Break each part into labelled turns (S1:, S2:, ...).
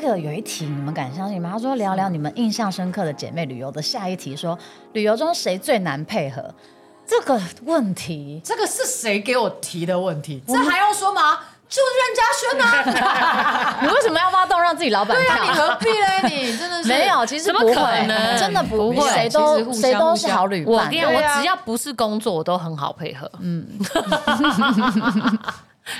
S1: 得有一题你们敢相信吗？他说聊聊你们印象深刻的姐妹旅游的下一题说，旅游中谁最难配合？这个问题
S2: 这个是谁给我提的问题？这还用说吗？就是任嘉轩 啊！
S1: 你为什么要挖洞让自己老板
S2: 对
S1: 跳？
S2: 啊，你何必嘞？你真的是
S1: 没有，其实
S3: 怎么
S1: 不会
S3: 可能
S1: 真的不
S3: 不会
S1: 谁
S2: 其实
S1: 都
S2: 互相
S1: 谁都是好旅
S3: 我
S1: 伴
S3: 跟你。讲，
S2: 对啊
S3: 我只要不是工作，我都很好配合。 嗯，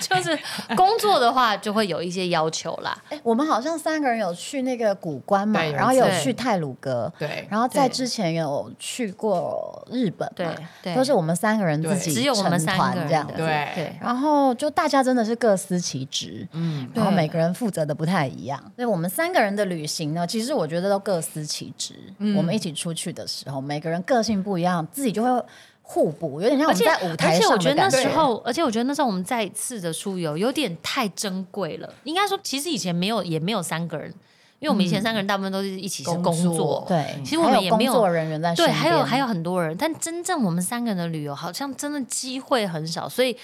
S3: 就是工作的话，就会有一些要求啦。
S1: 哎我们好像三个人有去那个古关嘛，
S2: 对
S1: 然后有
S3: 对
S1: 去泰鲁阁，
S2: 对
S1: 然后在
S3: 对
S1: 之前有去过日本嘛，
S3: 对对
S1: 都是我们三个人自
S2: 对
S1: 己
S3: 只有我们
S1: 成
S3: 三
S1: 团
S3: 个人
S1: 这样
S3: 的
S1: 子，
S2: 对
S3: 对
S1: 然后就大家真的是各司其职，嗯，然后
S3: 对
S1: 每个人负责的不太一样。所以我们三个人的旅行呢，其实我觉得都各司其职。
S3: 嗯
S1: 我们一起出去的时候，每个人个性不一样，自己就会互补，有点像我
S3: 而
S1: 们
S3: 且
S1: 在舞台
S3: 而且
S1: 上
S3: 我觉
S1: 的
S3: 得那
S1: 感觉。
S3: 时候，而且我觉得那时候我们再一次的出游有点太珍贵了。应该说，其实以前没有，也没有三个人，因为我们以前三个人大部分都是一起是
S2: 工
S3: 工
S2: 作
S3: 作，
S1: 对，
S3: 其实我们也
S1: 还
S3: 没
S1: 有
S3: 有
S1: 工作人员嗯在身
S3: 对，
S1: 边
S3: 还有还有很多人，但真正我们三个人的旅游好像真的机会很少，所以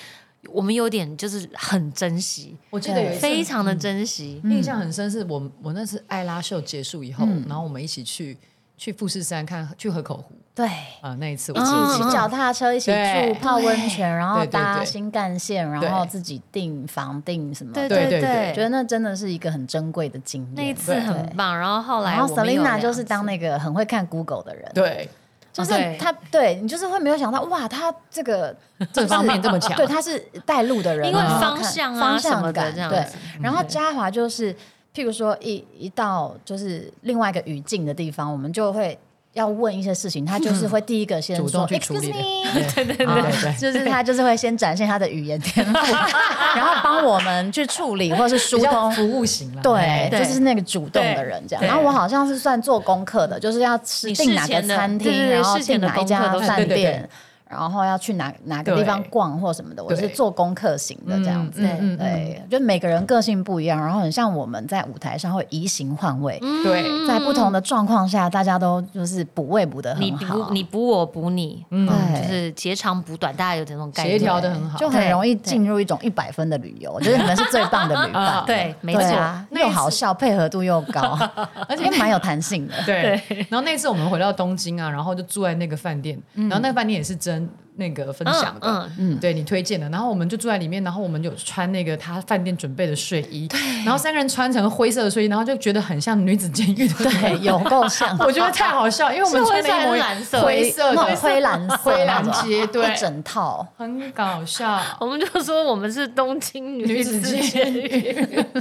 S3: 我们有点就是很珍惜，
S2: 我记得有一次
S3: 非常的珍惜。
S1: 嗯
S2: 印象很深，是我我那次艾拉秀结束以后，然后我们一起去去富士山看去河口湖
S1: 对。
S2: 啊、那一次我
S1: 一
S2: 记
S1: 起
S3: 嗯
S2: 得
S1: 一起脚踏车，一起
S2: 对
S1: 住泡温泉，然后
S2: 对对
S1: 搭
S2: 对
S1: 新干线，然
S2: 对
S1: 后自己订房订什么的，
S2: 对
S3: 对对
S2: 对对
S1: 觉得那真的是一个很珍贵的经验。
S3: 那一次很棒。然后后来
S1: 然后
S3: 我们有
S1: Selina
S3: 两
S1: 就是当
S3: 次
S1: 那个很会看 Google 的人，
S2: 对
S1: 就是
S3: 哦对
S1: 他对你就是会没有想到，哇，他这个
S2: 这方面这么强，
S1: 对他是带路的人，
S3: 因为
S1: 然后
S3: 方
S1: 看
S3: 向啊
S1: 方
S3: 什
S1: 向
S3: 么的
S1: 感
S3: 这样
S1: 对
S3: 子。
S1: 然后嘉华就是，譬如说一一到就是另外一个语境的地方，我们就会。要问一些事情，他就是会第一个先
S2: 主
S1: 说
S2: 动去处
S1: “excuse
S2: 理的
S1: me”，
S2: 对 对对
S1: 啊
S2: 对对
S1: 就是他就是会先展现他的语言天赋， 然后帮我们去处理或是疏
S2: 比较
S1: 通
S2: 服务型了，
S1: 对，
S3: 哎对
S1: 就是那个主动的人这样。
S3: 对
S1: 然后我好像是算做功课的，就是要吃
S3: 你
S1: 订哪
S3: 事
S1: 个
S3: 前的
S1: 餐厅，
S3: 对对对
S1: 然后
S3: 事
S1: 订
S3: 前的
S1: 哪一
S3: 功
S1: 家
S3: 课都是
S1: 饭
S2: 对对对
S1: 店，然后要去哪哪个地方
S2: 对
S1: 逛或什么的。我是
S2: 对
S1: 做功课型的这样子。
S2: 嗯嗯嗯
S1: 对，就每个人个性不一样，然后很像我们在舞台上会移形换位，
S3: 嗯
S2: 对
S1: 在不同的状况下，大家都就是补位补的
S3: 你
S1: 很好
S3: 补，你补我补你，嗯，
S1: 对
S3: 就是截长补短，大家有这种概念。
S2: 协调的很好，
S1: 就很
S3: 对
S1: 容易
S3: 对
S1: 进入一种一百分的旅游。我觉得你们是最棒的旅伴，
S3: 对，没
S1: 对
S3: 错，
S1: 啊，又好笑，配合度又 高，而且蛮有弹性 的。
S2: 对，然后那次我们回到东京啊，然后就住在那个饭店，然后那个饭店也是真那个分享的，
S3: 嗯
S2: 嗯对你推荐的，然后我们就住在里面，然后我们有穿那个他饭店准备的睡衣，对，然后三个人穿成灰色的睡衣，然后就觉得很像女子监狱的，
S1: 对，有够像。
S2: 我觉得太好笑，因为我们穿的一模一
S3: 是灰色
S1: 那种
S2: 灰色对，
S3: 还是蓝色
S1: 灰蓝色、
S2: 灰蓝街对
S1: 一整套。
S2: 很搞笑。
S3: 我们就说我们是东京
S2: 女
S3: 女
S2: 子
S3: 子
S2: 监
S3: 监
S2: 狱
S3: 狱，，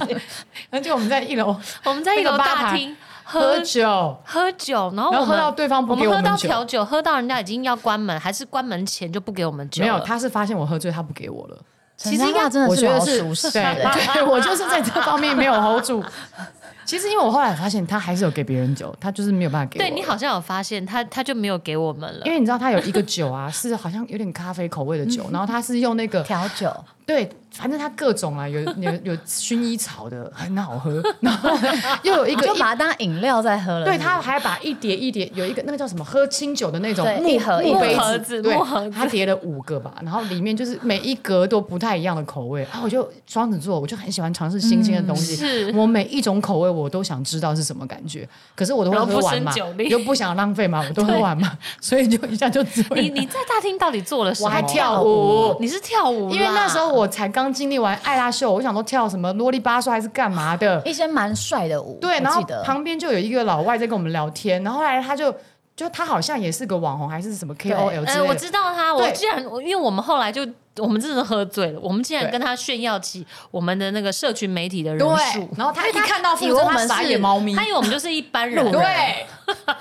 S2: 而且我们在一楼
S3: 我们在一
S2: 那个
S3: 楼
S2: 吧
S3: 大
S2: 台
S3: 厅
S2: 喝
S3: 喝
S2: 酒，
S3: 喝酒，然后
S2: 然后
S3: 我
S2: 喝
S3: 们
S2: 到对方不
S3: 我
S2: 给
S3: 们喝到
S2: 酒，
S3: 调酒，喝到人家已经要关门，还是关门前就不给我们酒
S2: 没有，
S3: 了
S2: 他是发现我喝醉，他不给我了。
S1: 其实要真的
S2: 我觉
S1: 是
S2: 得
S1: 老
S2: 是
S1: 熟识
S2: 对
S1: 的，
S2: 对，我就是在这方面没有 hold 住。 其实因为我后来发现他还是有给别人酒，他就是没有办法给我。
S3: 对你，好像有发现，他他就没有给我们了
S2: 因。为你知道他有一个酒啊， 是好像有点咖啡口味的酒，然后他是用那个
S1: 调酒，
S2: 对，反正他各种啊，有有有薰衣草的，很好喝， 然后又有一 个
S1: 就把它当饮料在喝
S3: 嗯
S1: 了。
S2: 对，
S1: 是不是
S2: 他还把一叠一叠有一个那个叫什么喝清酒的那种
S1: 对
S2: 木
S1: 一盒一
S2: 木
S1: 盒
S2: 杯
S3: 木盒子
S2: 对
S3: 木盒，子
S2: 他叠了五个吧，然后里面就是每一格都不太一样的口味。啊，我就双子座，我就很喜欢尝试新鲜的东西，
S3: 嗯是
S2: 我每一种口味我都想知道是什么感觉，可是我都会
S3: 然后
S2: 喝
S3: 不
S2: 完
S3: 胜
S2: 嘛
S3: 酒，力
S2: 又不想浪费嘛，我都喝完嘛， 所以就一下就只会
S3: 你你在大厅到底做了什
S2: 我
S3: 么？哦
S2: 还跳舞。
S3: 你是跳舞啦，
S2: 因为那时候我才刚经历完艾拉秀，我想说跳什么啰里吧嗦还是干嘛的，
S1: 一些蛮帅的舞，
S2: 对，
S1: 我
S2: 然后
S1: 记得
S2: 旁边就有一个老外在跟我们聊天，然后后来他就就他好像也是个网红还是什么 KOL 之
S3: 呃，
S2: 类
S3: 我
S2: 的，
S3: 知道他，我
S2: 对
S3: 竟然我因为我们后来就我们真的喝醉了，我们竟然
S2: 对
S3: 跟他炫耀起我们的那个社群媒体的人
S2: 对
S3: 数，，
S2: 然后他一看到傅
S1: 以为
S2: 征，
S1: 我
S2: 他
S1: 们
S2: 傻
S1: 是
S2: 眼猫咪，
S3: 他以为我们就是一般人，啊
S2: 对，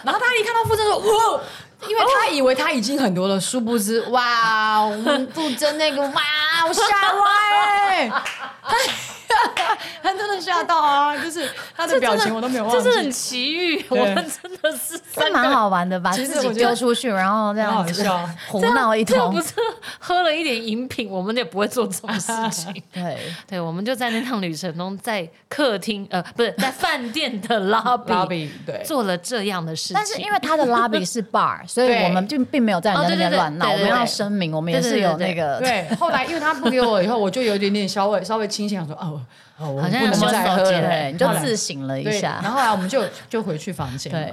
S2: 然后他一看到傅征说哇。因为他以为他已经很多了，殊不知哇，我们傅征那个哇，我吓歪、欸， 他他真的吓到啊！就是他的表情我都没有忘
S3: 这
S2: 记，
S3: 是很奇遇，我
S2: 对
S3: 们真的 是
S1: 这蛮好玩的，把
S2: 其实
S1: 自己
S2: 我觉得
S1: 丢出去，然后这
S2: 很
S1: 样
S2: 好
S1: 子
S2: 笑
S1: 胡闹一
S3: 这又
S1: 通
S3: 啊不。是喝了一点饮品，我们也不会做这种事 情。
S1: 对，
S3: 对，我们就在那趟旅程中，在客厅呃，不是在饭 店的 lobby
S2: lobby 对，
S3: 做了这样的事情。
S1: 但是因为他的 lobby 是 bar，所以
S2: 对
S1: 我们并并没有在人家那边乱闹。
S3: 哦
S1: 我
S3: 对
S1: 们
S3: 对对对对
S1: 要声明，我们也是有那个
S2: 对，后来因为他不给我以后，我就有一点点稍微稍微清醒，想说哦，好
S3: 好像要
S1: 你就
S3: 不能再喝了
S1: 对，你就
S2: 后来
S1: 自省了一
S2: 对，
S1: 下
S2: 然。后后来我们就就回去房间了。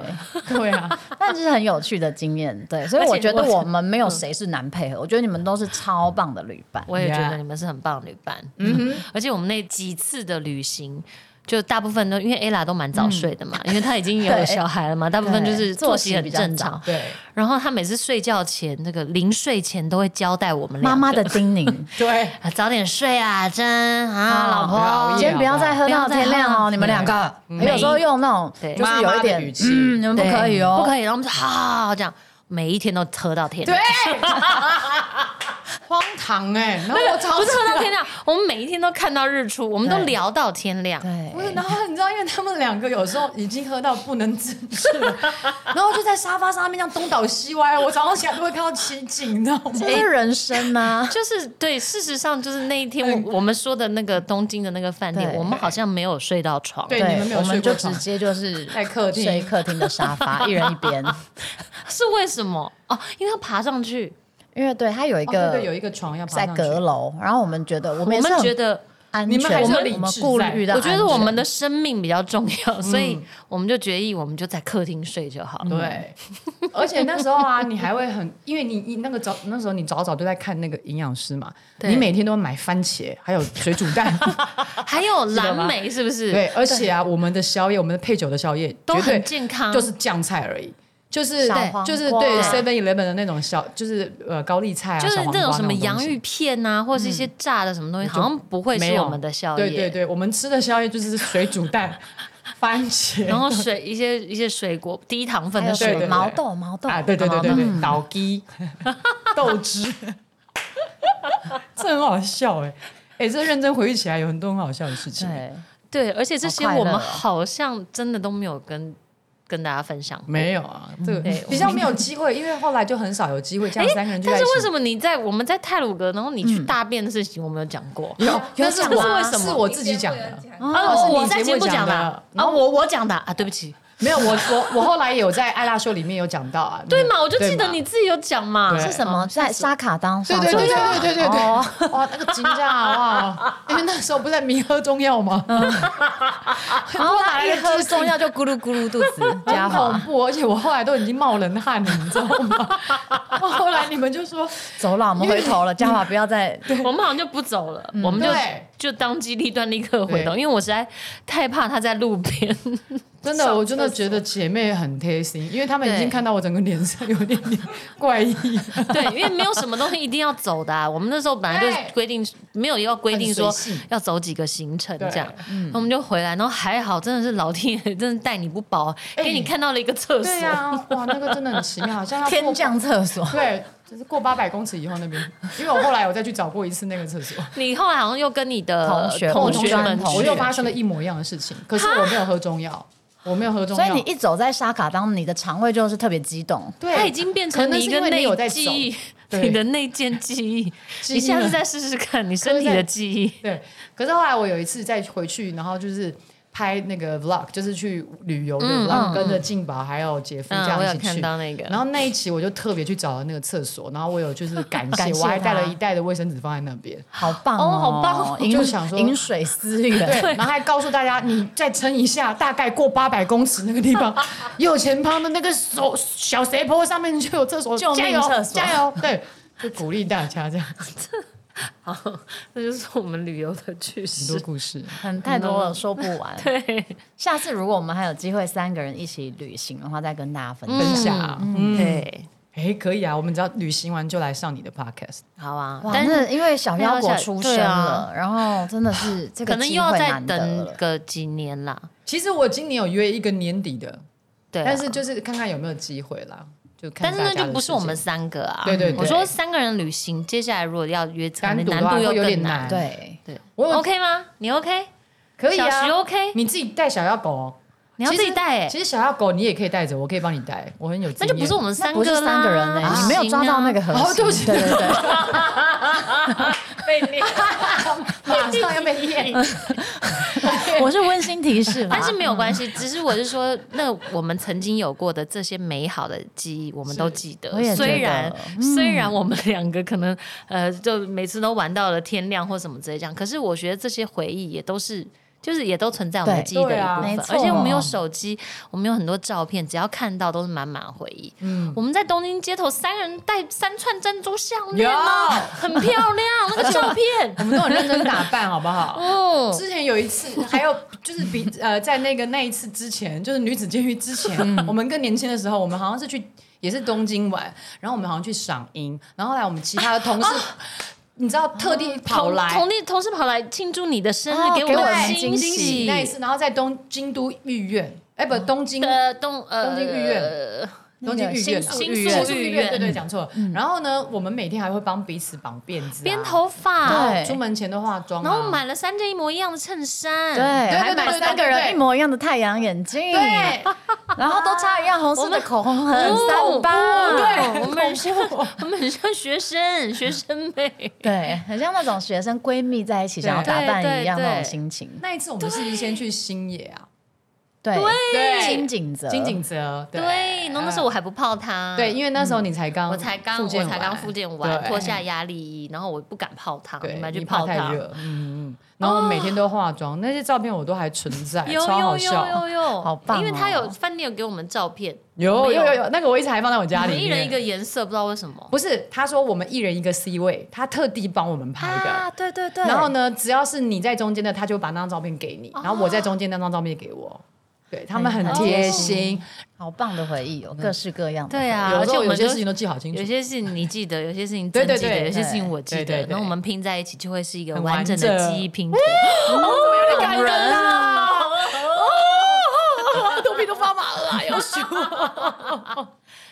S2: 对啊，
S1: 但这是很有趣的经验，对，所以
S3: 而且
S1: 我觉得
S3: 我
S1: 我们没有谁是难配合，我觉得你们都是超棒的旅伴。
S3: 我也觉
S2: Yeah
S3: 得你们是很棒的旅伴，嗯，而且我们那几次的旅行。就大部分都因为 Ella 都蛮早睡的嘛，因为她已经有
S1: 对
S3: 小孩了 嘛，大部分
S1: 对
S3: 就是
S1: 作
S3: 嗯作
S1: 息
S3: 息
S1: 比
S3: 很
S1: 较
S3: 正
S1: 早
S3: 常。
S2: 对
S3: 然后她每次睡觉前，那个临睡前都会交代我 们
S1: 妈
S3: 两
S1: 妈
S3: 个
S1: 的叮咛，
S2: 对，
S3: 啊早点睡啊，真啊，
S1: 啊
S3: 老
S2: 不
S3: 婆
S2: 要熬夜
S1: 今天不要再喝到天亮哦，你们两个。有时候用那种
S3: 对
S1: 就是有一
S2: 妈妈的语
S1: 点，
S2: 气
S1: 嗯，你们不
S3: 对
S1: 可以哦，
S3: 不可以。然后我们就好好好这样，每一天都喝到天亮。
S2: 荒唐哎、然后我超
S3: 不是喝到天亮，我们每一天都看到日出，我们都
S1: 对
S3: 聊到天亮。
S2: 不是，
S1: 对，
S2: 然后你知道，因为他们两个有时候已经喝到不能自制了， 然后就在沙发上面这样东倒西歪。我早上起来都会看到奇景，你知道吗？
S1: 这是人生啊呐。
S3: 就是对，事实上就是那一
S2: 嗯
S3: 天我我们说的那个东京的那个饭店，
S1: 对
S3: 我们好像没有睡到 床，
S2: 对你们没有
S1: 我
S2: 睡
S1: 们
S2: 过
S1: 就
S2: 床
S1: 直接就是
S2: 在客厅
S1: 睡客厅的沙 发，一人一边。
S3: 是为什么？哦，因为要爬上去，
S1: 因为对它有一
S2: 哦、对
S1: 个
S2: 对，有一个床要爬
S1: 在
S2: 上去。
S1: 阁楼，然后我们觉得我
S3: 我
S1: 们也是
S3: 们
S1: 很
S3: 觉得，
S1: 安
S2: 你
S1: 全，
S2: 们还是
S1: 我
S2: 有理
S1: 们我们
S2: 智
S1: 顾
S2: 在
S1: 虑到
S3: 我
S1: 安全，
S3: 觉得我们的生命比较重要，所
S2: 嗯
S3: 以我们就决议，我们就在客厅睡就好了。
S2: 对，而且那时候啊，你还会很，因为你你那个早那时候你早早就在看那个营养师嘛，
S3: 对
S2: 你每天都买番茄，还有水煮蛋，
S3: 还有
S2: 得吗
S3: 蓝莓是不是？
S2: 对，而且啊，我们的宵夜，我们的配酒的宵夜
S3: 都
S2: 绝对
S3: 很健康
S2: 就是酱菜而已。就是
S1: 小黄瓜
S2: 就是对
S1: 对
S2: Seven Eleven 的那种小，就是呃高丽菜啊，
S3: 就是
S2: 小黄瓜
S3: 那种什么
S2: 东西嗯
S3: 洋芋片啊，或者是一些炸的什么东西，好像不会
S2: 没
S3: 是
S2: 有
S3: 我们的宵夜。
S2: 对对对，我们吃的宵夜就是水煮蛋、 番茄，
S3: 然后水一些一些水果低糖分
S1: 还
S3: 的
S1: 有
S3: 水
S1: 什么
S2: 对对
S3: 果，
S1: 毛豆毛豆
S2: 啊，对对对对
S1: 毛豆
S2: 对，倒 鸡、豆汁，这很好笑哎哎，这认真回忆起来有很多很好笑的事情。
S1: 对，
S3: 对，而且这些
S1: 好快乐
S3: 我们
S1: 哦
S3: 好像真的都没有跟跟大家分享。
S2: 没有啊，这个
S3: 嗯对哎
S2: 比较没有机会，因为后来就很少有机会这样三个人聚在
S3: 但
S2: 一起。
S3: 是为什么你在我们在泰鲁阁，然后你
S2: 嗯
S3: 去大便的事情，我没有讲过？
S2: 有？但是
S1: 讲
S2: 我
S1: 吗
S2: 是是我自己讲的，
S3: 啊，
S2: 哦
S1: 哦
S2: 是你
S3: 我在
S2: 节
S3: 节
S2: 目
S3: 目
S2: 讲
S3: 讲
S2: 的哦嗯
S3: 的啊，我我讲的啊，对不起，
S2: 没有我我我后来有在艾拉秀里面有讲到啊。
S3: 对嘛，我就记
S2: 对
S3: 得
S2: 嘛
S3: 你自己有讲嘛，
S2: 对
S1: 是什么在沙卡当
S2: 哦对
S1: 上
S2: 对对
S1: 就
S2: 对
S1: 是
S2: 对对对
S1: 哦
S2: 对，哇，那个金价
S3: 哦
S2: 哇，因为那时候不是在迷喝中药吗？
S1: 然后他一喝中药就咕噜咕噜肚 子加
S2: 很
S3: 啊
S2: 恐
S1: 滑，
S2: 怖，而且我后来都已经冒冷汗了，你知道吗？ 后来你们就说，
S1: 走了，我们回头了，加滑不要再
S3: 我们好像就不走了，我们就
S2: 嗯对
S3: 就当机立断立刻回头，
S2: 对
S3: 因为我实在太怕他在路边。
S2: 真的，我真的觉得姐妹很贴心，因为她们已经
S3: 对
S2: 看到我整个脸上有点点怪异，
S3: 对，因为没有什么东西一定要走的、啊。我们那时候本来
S2: 对
S3: 就规定，没有要规定说
S2: 很随性
S3: 要走几个行程
S2: 对嗯
S3: 这样。那我们就回来，然后还好，真的是老天爷真的待你不薄，给你看到了一个厕所。
S2: 哎 对啊，哇，那个真的很奇妙，好像要
S1: 天
S2: 过
S1: 降厕所。
S2: 对，就是过八百公尺以后那边，因为我后来我再去找过一次那个厕所，
S3: 你后来好像又跟你的
S1: 同学
S3: 同
S1: 同学
S3: 们
S1: 同
S2: 我
S1: 学
S2: 又
S3: 去
S2: 发生了一模一样的事情，可是我没有喝中药，我没有喝中
S1: 所
S2: 药，
S1: 以你一走在沙卡当，你的肠胃就是特别激动。
S2: 对，
S3: 它已经变
S2: 可
S3: 成
S2: 能
S3: 你一
S2: 是
S3: 个
S2: 因为你有
S3: 内
S2: 在
S3: 记
S2: 走
S3: 忆，
S2: 对
S3: 你的内建记忆。
S2: 记忆啊
S3: 你下次
S2: 了
S3: 再试试看，你身体的 记忆。
S2: 对，可是后来我有一次再回去，然后就是拍那个 vlog，就是去旅游的 vlog，、跟着静宝还有姐夫这
S3: 嗯，
S2: 样
S3: 我有
S2: 一起去。
S3: 看到那个
S2: 然。后那一期我就特别去找了那个厕所，然后我有就是感谢，
S1: 感谢
S2: 我还带了
S1: 他
S2: 一袋的卫生纸放在那边。
S1: 好棒
S3: 哦好棒哦
S1: 饮
S2: 就想说
S1: 饮水思
S2: 对
S1: 源，，
S2: 然后还告诉大家，你再撑一下，大概过八百公尺那个地方，右前方的那个手小斜坡上面就有厕所，
S1: 救命
S2: 加油
S1: 厕所
S2: 加油！对，就鼓励大家这 样，很
S3: 好，这就是我们旅游的趣事
S2: 多。故事。
S3: 嗯
S1: 很太多了，说不完。
S3: 对，
S1: 下次如果我们还有机会三个人一起旅行的话，再跟大家分享。
S2: 分享
S3: 嗯，对，
S2: 哎，可以啊，我们只要旅行完就来上你的 podcast。
S3: 好啊
S1: 哇，
S3: 但是
S1: 那因为小妖果出生
S3: 对
S1: 了
S3: 啊，
S1: 然后真的是这个
S3: 可能又
S1: 机
S3: 要
S1: 会
S3: 再
S1: 难得
S3: 等
S1: 了。
S3: 个几年啦。
S2: 其实我今年有约一个年底的，
S3: 对啊，
S2: 但是就是看看有没有机会啦，就看
S3: 但
S2: 大家的时
S3: 是那
S2: 间。
S3: 就不是我们三个啊。
S2: 对对对
S3: 我说三个人旅行，接下来如果要约，可
S2: 单
S3: 能
S2: 独的
S3: 难
S2: 话
S3: 度又
S2: 会有点
S3: 更难。
S2: 难
S1: 对，
S3: 对
S2: 我有
S3: ，OK 吗？你 OK？
S2: 可以
S3: 小
S2: 啊
S3: 徐 OK？
S2: 你自己带小药狗哦，
S3: 你要
S2: 其
S3: 自
S2: 实
S3: 己带哎
S2: 其，实小药狗你也可以带着，我可以帮你带，我很有经
S3: 那
S2: 验。
S3: 就不 是我们
S1: 那
S3: 三
S1: 不
S3: 个
S1: 是
S3: 啦
S1: 三
S3: 啊
S1: 个人呢、
S2: 欸
S1: 你没有抓到那个。核心。
S2: 哦对不起
S1: 对对对，
S3: 不行啊被你
S2: 马上要被验。
S1: 我是温馨提示啦，
S3: 但是没有关
S1: 嗯
S3: 系，只是我是说，那我们曾经有过的这些美好的记忆，我们都记得
S1: 我也。觉得嗯
S3: 虽然、虽然我们两个可能呃，就每次都玩到了天亮或什么之类这样，可是我觉得这些回忆也都是。就是也都存在我们的
S1: 对
S3: 记忆的
S2: 对
S3: 一
S2: 啊
S3: 部分
S1: 没，错
S3: 而且我们有手机，我们有很多照片，只要看到都是满满回忆。嗯，我们在东京街头，三人戴三串珍珠项链哦，很漂亮那个照片。
S2: 我们都很认真打扮，好不好？
S3: 哦，
S2: 之前有一次，还有就是比 呃，在那个那一次之前，就是女子监狱之前，
S3: 嗯
S2: 我们更年轻的时候，我们好像是去也是东京玩，然后我们好像去赏樱，然后后来我们其他的同事，
S3: 啊
S2: 你知道特地跑
S3: 同
S2: 来
S3: 同地同事跑来庆祝你的生日，
S1: 哦
S3: 我
S1: 给我
S3: 们
S1: 们
S3: 惊
S1: 惊喜
S3: 喜。嗯
S2: 那一次，然后在东京都御苑，哎不，东京
S3: 的东呃
S2: 东京御苑啊东京御苑啊，
S3: 新
S1: 新
S2: 新
S1: 宿
S2: 宿御
S3: 御苑
S2: 苑，对对，讲错了。然后呢，我们每天还会帮彼此绑辫子啊，
S3: 编头发，
S1: 对
S2: 出门前都化妆啊，
S3: 然后买了三件一模一样的衬衫，
S1: 对，还买
S2: 对
S1: 三个
S2: 对
S1: 人
S2: 对
S1: 一模一样的太阳眼镜，
S2: 对。
S3: 啊
S1: 然后都擦一样红色的口红，很三八，
S3: 哦对，我们很像我们很像学生学生妹，
S1: 对，很像那种学生闺蜜在一起想要
S2: 对
S1: 打扮
S3: 对
S1: 一样
S3: 对
S1: 那种心情。
S2: 那一次我们是不是先去新野啊？
S1: 对，
S2: 对
S1: 金井泽，
S2: 金井泽， 对嗯
S3: 对，然后那时候我还不泡他，
S2: 对，因为那时候你才刚，
S3: 我才刚我
S2: 复健完
S3: 才刚复健完，
S2: 对
S3: 脱下压力衣，然后我不敢泡汤，
S2: 对，
S3: 你们去
S2: 你怕
S3: 泡
S2: 太
S3: 汤，
S2: 热，嗯嗯，然后我每天都化妆，那些照片我都还存在，
S3: 有
S2: 哎超 好
S3: 有有
S2: 笑，
S3: 有有，
S1: 好棒哦
S3: 因为他有饭店有给我们照片，
S2: 有
S3: 没有
S2: 有有有，那个我一直还放在我
S3: 我
S2: 家里
S3: 们
S2: 面，
S3: 一人一个颜色，不知道为什么
S2: 不是，他说我们一人一个 C 位，他特地帮我们拍的。
S3: 啊，对对对，
S2: 然后呢，只要是你在中间的，他就把那张照片给你，然后我在中间那张照片给我。对他哦们很
S1: 很
S2: 贴
S1: 贴
S2: 心，
S1: 好棒的回忆哦，各式各样的。
S3: 对啊，
S2: 有
S3: 而
S2: 时
S3: 且
S2: 候
S3: 我
S2: 有
S3: 们
S2: 些
S3: 就
S2: 事情都记好清楚
S3: 有。些事情你记得，有些 事情
S2: 对
S3: 真
S2: 对
S3: 记得，
S2: 对
S3: 有些事情我记
S2: 对对
S3: 得，
S2: 对
S3: 然后我们拼在一起就会是一个
S2: 很
S3: 完
S2: 完
S3: 整的
S2: 整
S3: 记忆拼图。
S2: 有点感人
S3: 啊！
S2: 肚皮都发麻了，要修。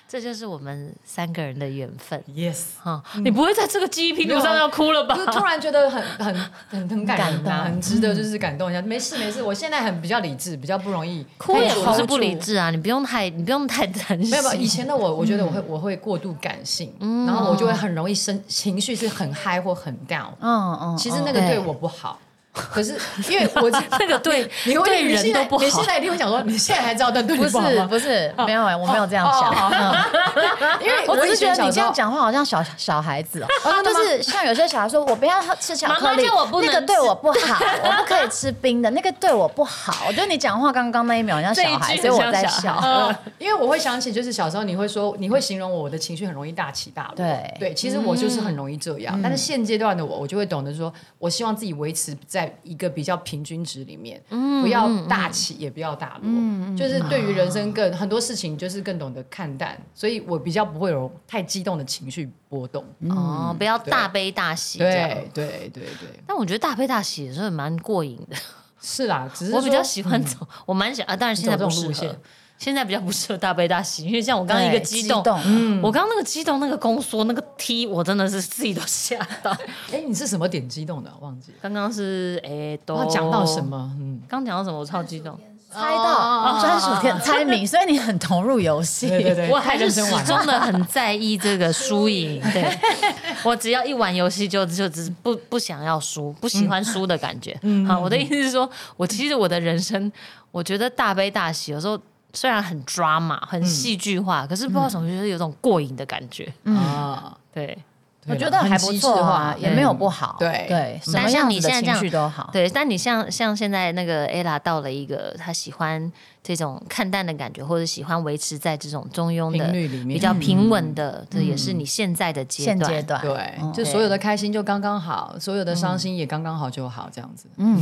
S3: 这就是我们三个人的缘分
S2: Yes，
S3: 哈！你不会在这个记忆拼图上要哭了吧
S2: 就？是 突然觉得很很很很感人
S1: 很感
S2: 啊，
S1: 动
S2: 很值得，就是感动一下。没事没事，我现在很比较理智，比较不容易
S3: 哭也
S2: 被
S3: 不是
S2: 抓
S3: 不
S2: 住
S3: 理智啊，你不用太，你不用太担心。
S2: 没有没有，以前的我，我觉得
S1: 嗯
S2: 我会、我会过度感性，然后我就会很容易生情绪是很嗨或很 down，
S1: 嗯嗯，
S2: 其实那
S1: 嗯
S2: 个
S3: 对
S2: 对我不好，可是因为 我
S3: 那个对
S2: 你会
S3: 对
S2: 你
S3: 人
S2: 现在
S3: 都不
S2: 你
S3: 好
S2: 现，在一定会想说，你现在还知道但对你
S1: 不
S2: 好
S1: 是
S2: 吗？
S1: 不是，没有哎，我没有这样想。
S2: 哦
S1: 嗯
S2: 因
S3: 哎
S2: 为
S1: 我只
S2: 以
S1: 是觉
S2: 前
S1: 得你
S2: 小
S1: 这
S2: 时候
S1: 样，讲话好像小小孩子 哦，
S2: 哦真的
S1: 就
S2: 吗
S1: 是像有些小孩说，我不要喝吃巧克力，
S3: 妈妈叫我不能
S1: 那个对我不 好，我不可以吃冰的，那个对我不好。我觉得你讲话刚刚那一秒像小孩，
S3: 这一
S1: 所以
S3: 句很像
S1: 我在笑。
S3: 小
S2: 呃，因为我会想起，就是小时候你会说，你会形容我，我的情绪很容易大起大落。
S1: 对
S2: 对，其实我就是很容易这样。
S1: 嗯
S2: 但是现阶段的我，我就会懂得说，我希望自己维持在一个比较平均值里面，
S1: 嗯
S2: 不要大起，也不要大落。就是对于人
S1: 啊
S2: 生更很多事情，就是更懂得看淡，所以我比较不会有太激动的情绪波动。
S1: 嗯
S3: 哦，不要大悲大喜这样。
S2: 嗯对对对对，
S3: 但我觉得大悲大喜也是蛮过瘾的。
S2: 是啦，只是
S3: 我比较
S2: 说嗯
S3: 喜欢走，我蛮想啊，当然现在不
S2: 走这种
S3: 适
S2: 路
S3: 合
S2: 线，
S3: 现在比较不适合大悲大喜，因为像我刚刚一个
S1: 对
S3: 激动，
S1: 动嗯
S3: 我刚刚那个激动，那个宫缩，那个踢，我真的是自己都吓到。
S2: 哎，你是什么点激动的？忘记了，
S3: 刚刚是哎，都
S1: 哦
S2: 我讲到什？么？嗯，
S3: 刚讲到什么？我超激动，
S1: 猜
S3: 哦
S1: 到专属点猜谜，所以你很投入游戏。
S2: 对对对，
S3: 我
S2: 太
S3: 还
S2: 认
S3: 是
S2: 真
S3: 始
S2: 玩了
S3: 终的很在意这个输赢。对， 我只要一玩游戏就就只不不想要输，不喜欢输的感觉。好，我的意思是说，我其实我的人生，我觉得大悲大喜，有时候。虽然很抓马、很戏剧化，可是不知道怎么，就是有种过瘾的感觉。
S2: 啊。
S3: 对，
S1: 嗯我觉得还不错啊，也没有
S2: 嗯
S1: 不好。
S2: 对
S1: 对，什
S3: 嗯但
S1: 么
S3: 像
S1: 样
S3: 你
S1: 子
S3: 现
S1: 的
S3: 在这
S1: 情
S3: 样
S1: 绪都好。
S3: 对，但你像像现在那个 Ella 到了一个她喜欢这种看淡的感觉，或者喜欢维持在这种中庸的
S2: 频率里面
S3: 比较平稳的，这也是你嗯现在的阶
S1: 现
S3: 段。
S1: 阶段，
S2: 对，
S1: 嗯
S2: 就所有的开心就刚刚好，所有的伤心也刚刚好就好，这样子。嗯，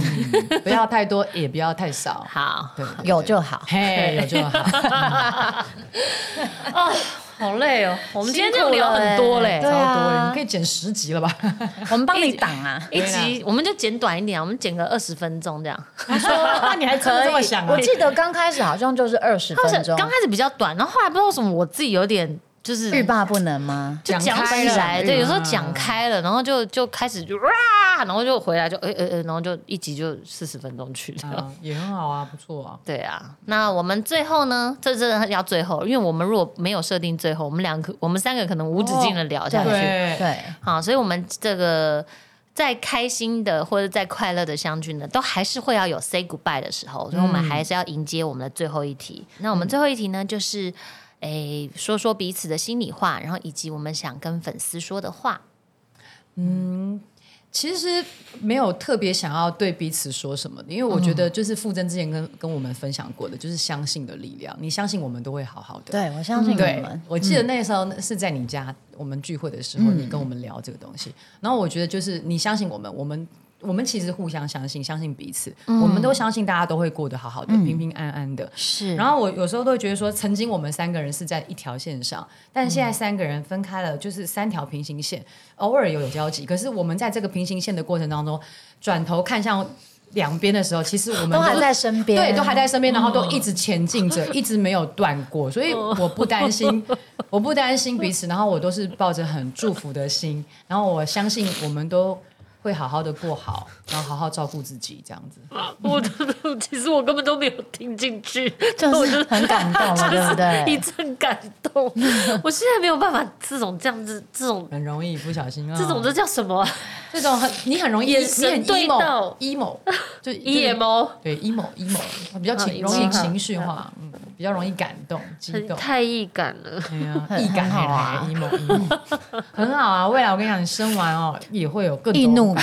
S2: 不要太多，也不要太少。
S3: 好，
S2: 对，
S1: 有就好。
S2: 嘿，有就好。
S3: 啊好累哦。我们今天
S1: 辛
S3: 这样
S1: 苦
S3: 聊
S1: 了
S3: 很
S1: 欸
S3: 多嘞，
S1: 对啊
S2: 好多人，你可以剪十集了吧？
S1: 我们帮你挡啊。
S3: 一
S2: 对啦
S3: 集我们就剪短一点啊，我们剪个二十分钟这样。
S2: 那你还真的这么想啊
S1: 我？记得刚开始好像就是二十
S3: 当
S1: 分
S3: 时
S1: 钟，
S3: 刚开始比较短，然后后来不知道为什么，我自己有点就是
S1: 欲罢不能吗？
S3: 就
S2: 讲
S3: 讲
S2: 开
S3: 起
S2: 了
S3: 来，对，
S2: 嗯
S3: 有时候讲开了，然后就就开始就哇，然后就回来就呃呃呃，然后就一集就四十分钟去了。
S2: 嗯也很好啊，不错啊。
S3: 对啊，那我们最后呢？这真的要最后，因为我们如果没有设定最后，我们两个我们三个可能无止境的聊下去。
S2: 对
S1: 对，
S3: 好，所以我们这个在开心的或者在快乐的相聚呢，都还是会要有 say goodbye 的时候，所以我们还是要迎接我们的最后一题。那我们最后一题呢，就是诶，说说彼此的心里话，然后以及我们想跟粉丝说的话。
S2: 其实没有特别想要对彼此说什么的，因为我觉得就是傅真之前跟跟我们分享过的，就是相信的力量。你相信我们都会好好的。
S1: 对嗯我相信你
S2: 嗯对
S1: 们，，
S2: 我记得那时候是在你家，我们聚会的时
S1: 嗯
S2: 候，你跟我们聊这个东西。然后我觉得就是你相信我们，我们我们其实互相相信，相信彼此，
S1: 嗯
S2: 我们都相信大家都会过得好好的，平平安安的。
S3: 是
S2: 然后我有时候都会觉得说，曾经我们三个人是在一条线上，但现在
S1: 嗯
S2: 三个人分开了，就是三条平行线，偶尔有有交集。可是我们在这个平行线的过程当中，转头看向两边的时候，其实我们
S1: 都还
S2: 是
S1: 在身边，
S2: 对，都还在身
S3: 嗯
S2: 边，然后都一直前进 着，一直没有断
S3: 哦
S2: 过，所以我不担心，我不担心彼此，然后我都是抱着很祝福的心，然后我相信我们都会好好的过好，然后好好照顾自己，这样子。
S3: 我其实我根本都没有听进去，
S1: 就是很感动 了，对不
S3: 一
S1: 对？
S3: 阵感动。我现在没有办法这种这样子，这种
S2: 很容易不小心啊，
S3: 这种这叫 什么啊
S2: 这种很你很容易
S3: 眼神
S2: 你很
S3: 对到
S2: emo emo 就就是
S3: ？emo
S2: 对 emo emo 比较情
S3: 嗯
S2: 容易
S3: emo
S2: 情绪化，嗯，比较容易感动激
S3: 很
S2: 动。
S3: 太易感了。
S2: 哎呀，
S1: 很
S2: 易感
S1: 很好啊
S2: 哎，emo emo，很 好啊！未来我跟你讲，你生完哦也会有更多
S1: 易 怒，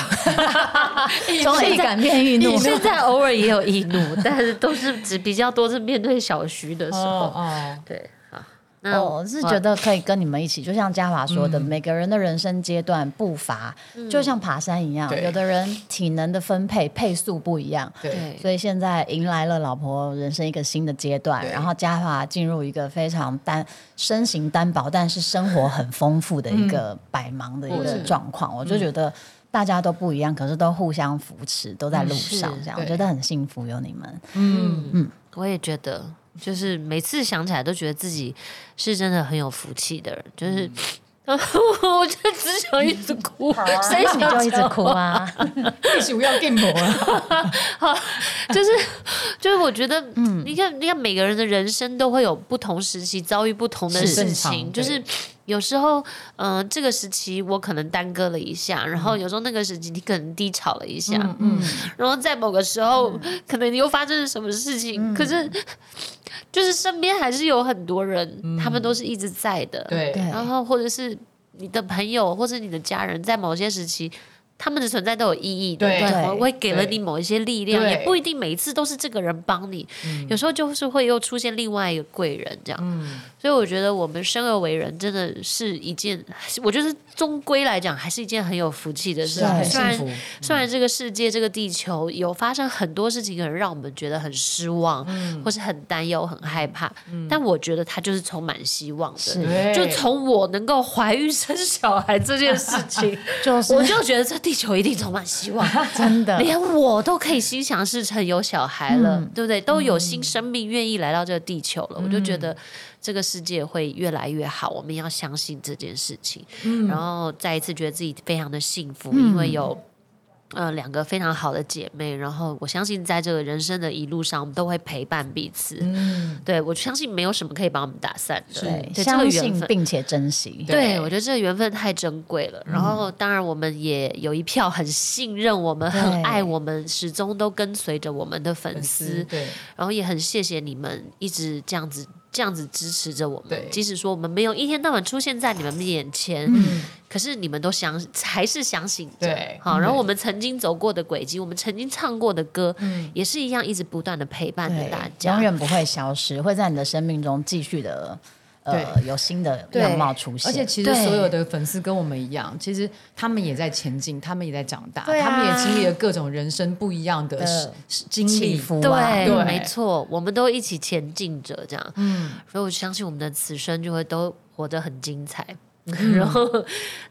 S1: 从易感变易怒
S3: 我，现在偶尔也有易怒， 但是都是只比较多是面对小徐的时候。
S2: 哦哦，
S3: 对，好，
S2: 嗯
S3: 那
S1: 我哦是觉得可以跟你们一起，就像嘉华说的，每个人的人生阶段步伐就像爬山一样，
S2: 嗯对
S1: 有的人体能的分配配速不一样。
S2: 对，
S1: 所以现在迎来了老婆人生一个新的阶段，
S2: 对
S1: 然后嘉华进入一个非常单身形单薄，但是生活很丰富的一个百忙的一个
S2: 嗯是
S1: 状况，我就觉得大家都不一样，可是都互相扶持，都在路上
S3: 是
S1: 这样，
S2: 嗯对
S1: 我觉得很幸福有你 们。
S2: 嗯，
S3: 我也觉得，就是每次想起来都觉得自己是真的很有福气的人，就是。
S1: 嗯
S3: 我就只想一直哭，谁
S1: 啊那你就
S3: 想
S1: 一直哭啊？
S2: 一起不要 game 了，
S3: 就是就是，我觉得，
S2: 嗯
S3: 你看，你看，每个人的人生都会有不同时期遭遇不同的
S2: 是
S3: 事
S2: 正常
S3: 情，就
S2: 对
S3: 是有时候，嗯、这个时期我可能耽搁了一下，然后有时候那个时期你可能低潮了一下，
S2: 嗯，
S3: 然后在某个时候，可能又发生了什么事情，可是
S2: 嗯
S3: 就是身边还是有很多人，他们都是一直在的，
S2: 嗯对
S1: 对
S3: 然后或者是你的朋友或者你的家人，在某些时期。他们的存在都有意义的，
S2: 对
S1: 对
S3: 会给了
S2: 对
S3: 你某一些力量，
S2: 对
S3: 也不一定每一次都是这个人帮你，
S2: 嗯
S3: 有时候就是会又出现另外一个贵人这样。所以我觉得我们生而为人，真的是一件，我觉得终归来讲，还是一件很有福气的事
S2: 是啊，
S3: 情。
S2: 很
S3: 虽
S2: 幸
S3: 然
S2: 福，
S3: 虽然这个世界、这个地球有发生很多事情，可能让我们觉得很失望，
S2: 嗯
S3: 或是很担忧、很害怕，但我觉得它就是充满希望的。
S2: 对，
S3: 就从我能够怀孕生小孩这件事 情，
S1: 就是
S3: 我就觉得这地球一定充满希望。
S1: 真 的
S3: 连我都可以心想事成，有小孩了，
S2: 嗯
S3: 对不对？都有新生命愿意来到这个地球了，我就觉得这个世界会越来越好。我们要相信这件事情，
S2: 嗯
S3: 然后再一次觉得自己非常的幸福，因为有。呃，两个非常好的姐妹，然后我相信在这个人生的一路上，我们都会陪伴彼此。
S2: 嗯，
S3: 对我相信没有什么可以把我们打散的，
S1: 对，
S3: 对这个
S1: 相
S3: 缘
S1: 信
S3: 分。
S1: 并且珍惜。
S3: 对，我觉得这个缘分太珍贵了。然后，当然我们也有一票很信任我们、
S1: 对
S3: 很爱我们、始终都跟随着我们的粉
S2: 粉
S3: 丝
S2: 丝，，对，
S3: 然后也很谢谢你们一直这样子、这样子支持着我们
S2: 对。
S3: 即使说我们没有一天到晚出现在你们眼前，可是你们都相还是相信着。
S2: 对
S3: 好，
S2: 嗯
S3: 然后我们曾经走过的轨迹，我们曾经唱过的歌，也是一样一直不断的陪伴着
S1: 对
S3: 大，家。
S1: 永远不会消失，会在你的生命中继续的呃
S2: 对
S1: 有新的样貌出现。
S2: 而且其实所有的粉丝跟我们一样，其实他们也在前进，他们也在长大，
S1: 对啊
S2: 他们也经历了各种人生不一样的
S1: 的
S2: 事事经
S1: 起
S2: 历，
S1: 伏啊，
S3: 对，
S2: 对
S3: 没错，我们都一起前进着，这样，嗯，所以我相信我们的此生就会都活得很精彩， 然后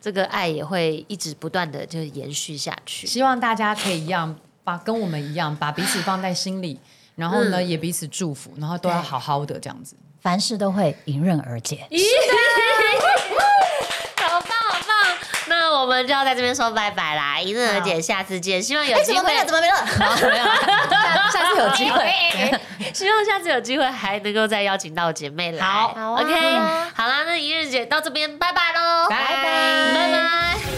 S3: 这个爱也会一直不断的就延续下去。
S2: 希望大家可以一样把跟我们一样把彼此放在心里，然后呢、也彼此祝福，然后都要好好的这样子。
S1: 凡事都会迎刃而解。
S3: 咦，好棒好棒！那我们就要在这边说拜拜啦，迎刃而解，下次见。希望有机会，
S1: 么没了？好没有了下下次有机会。
S3: 希望下次有机会还能够再邀请到姐妹来。
S2: 好
S3: ，OK，好啦，那迎刃姐到这边，拜拜喽，
S2: 拜拜
S3: 拜拜。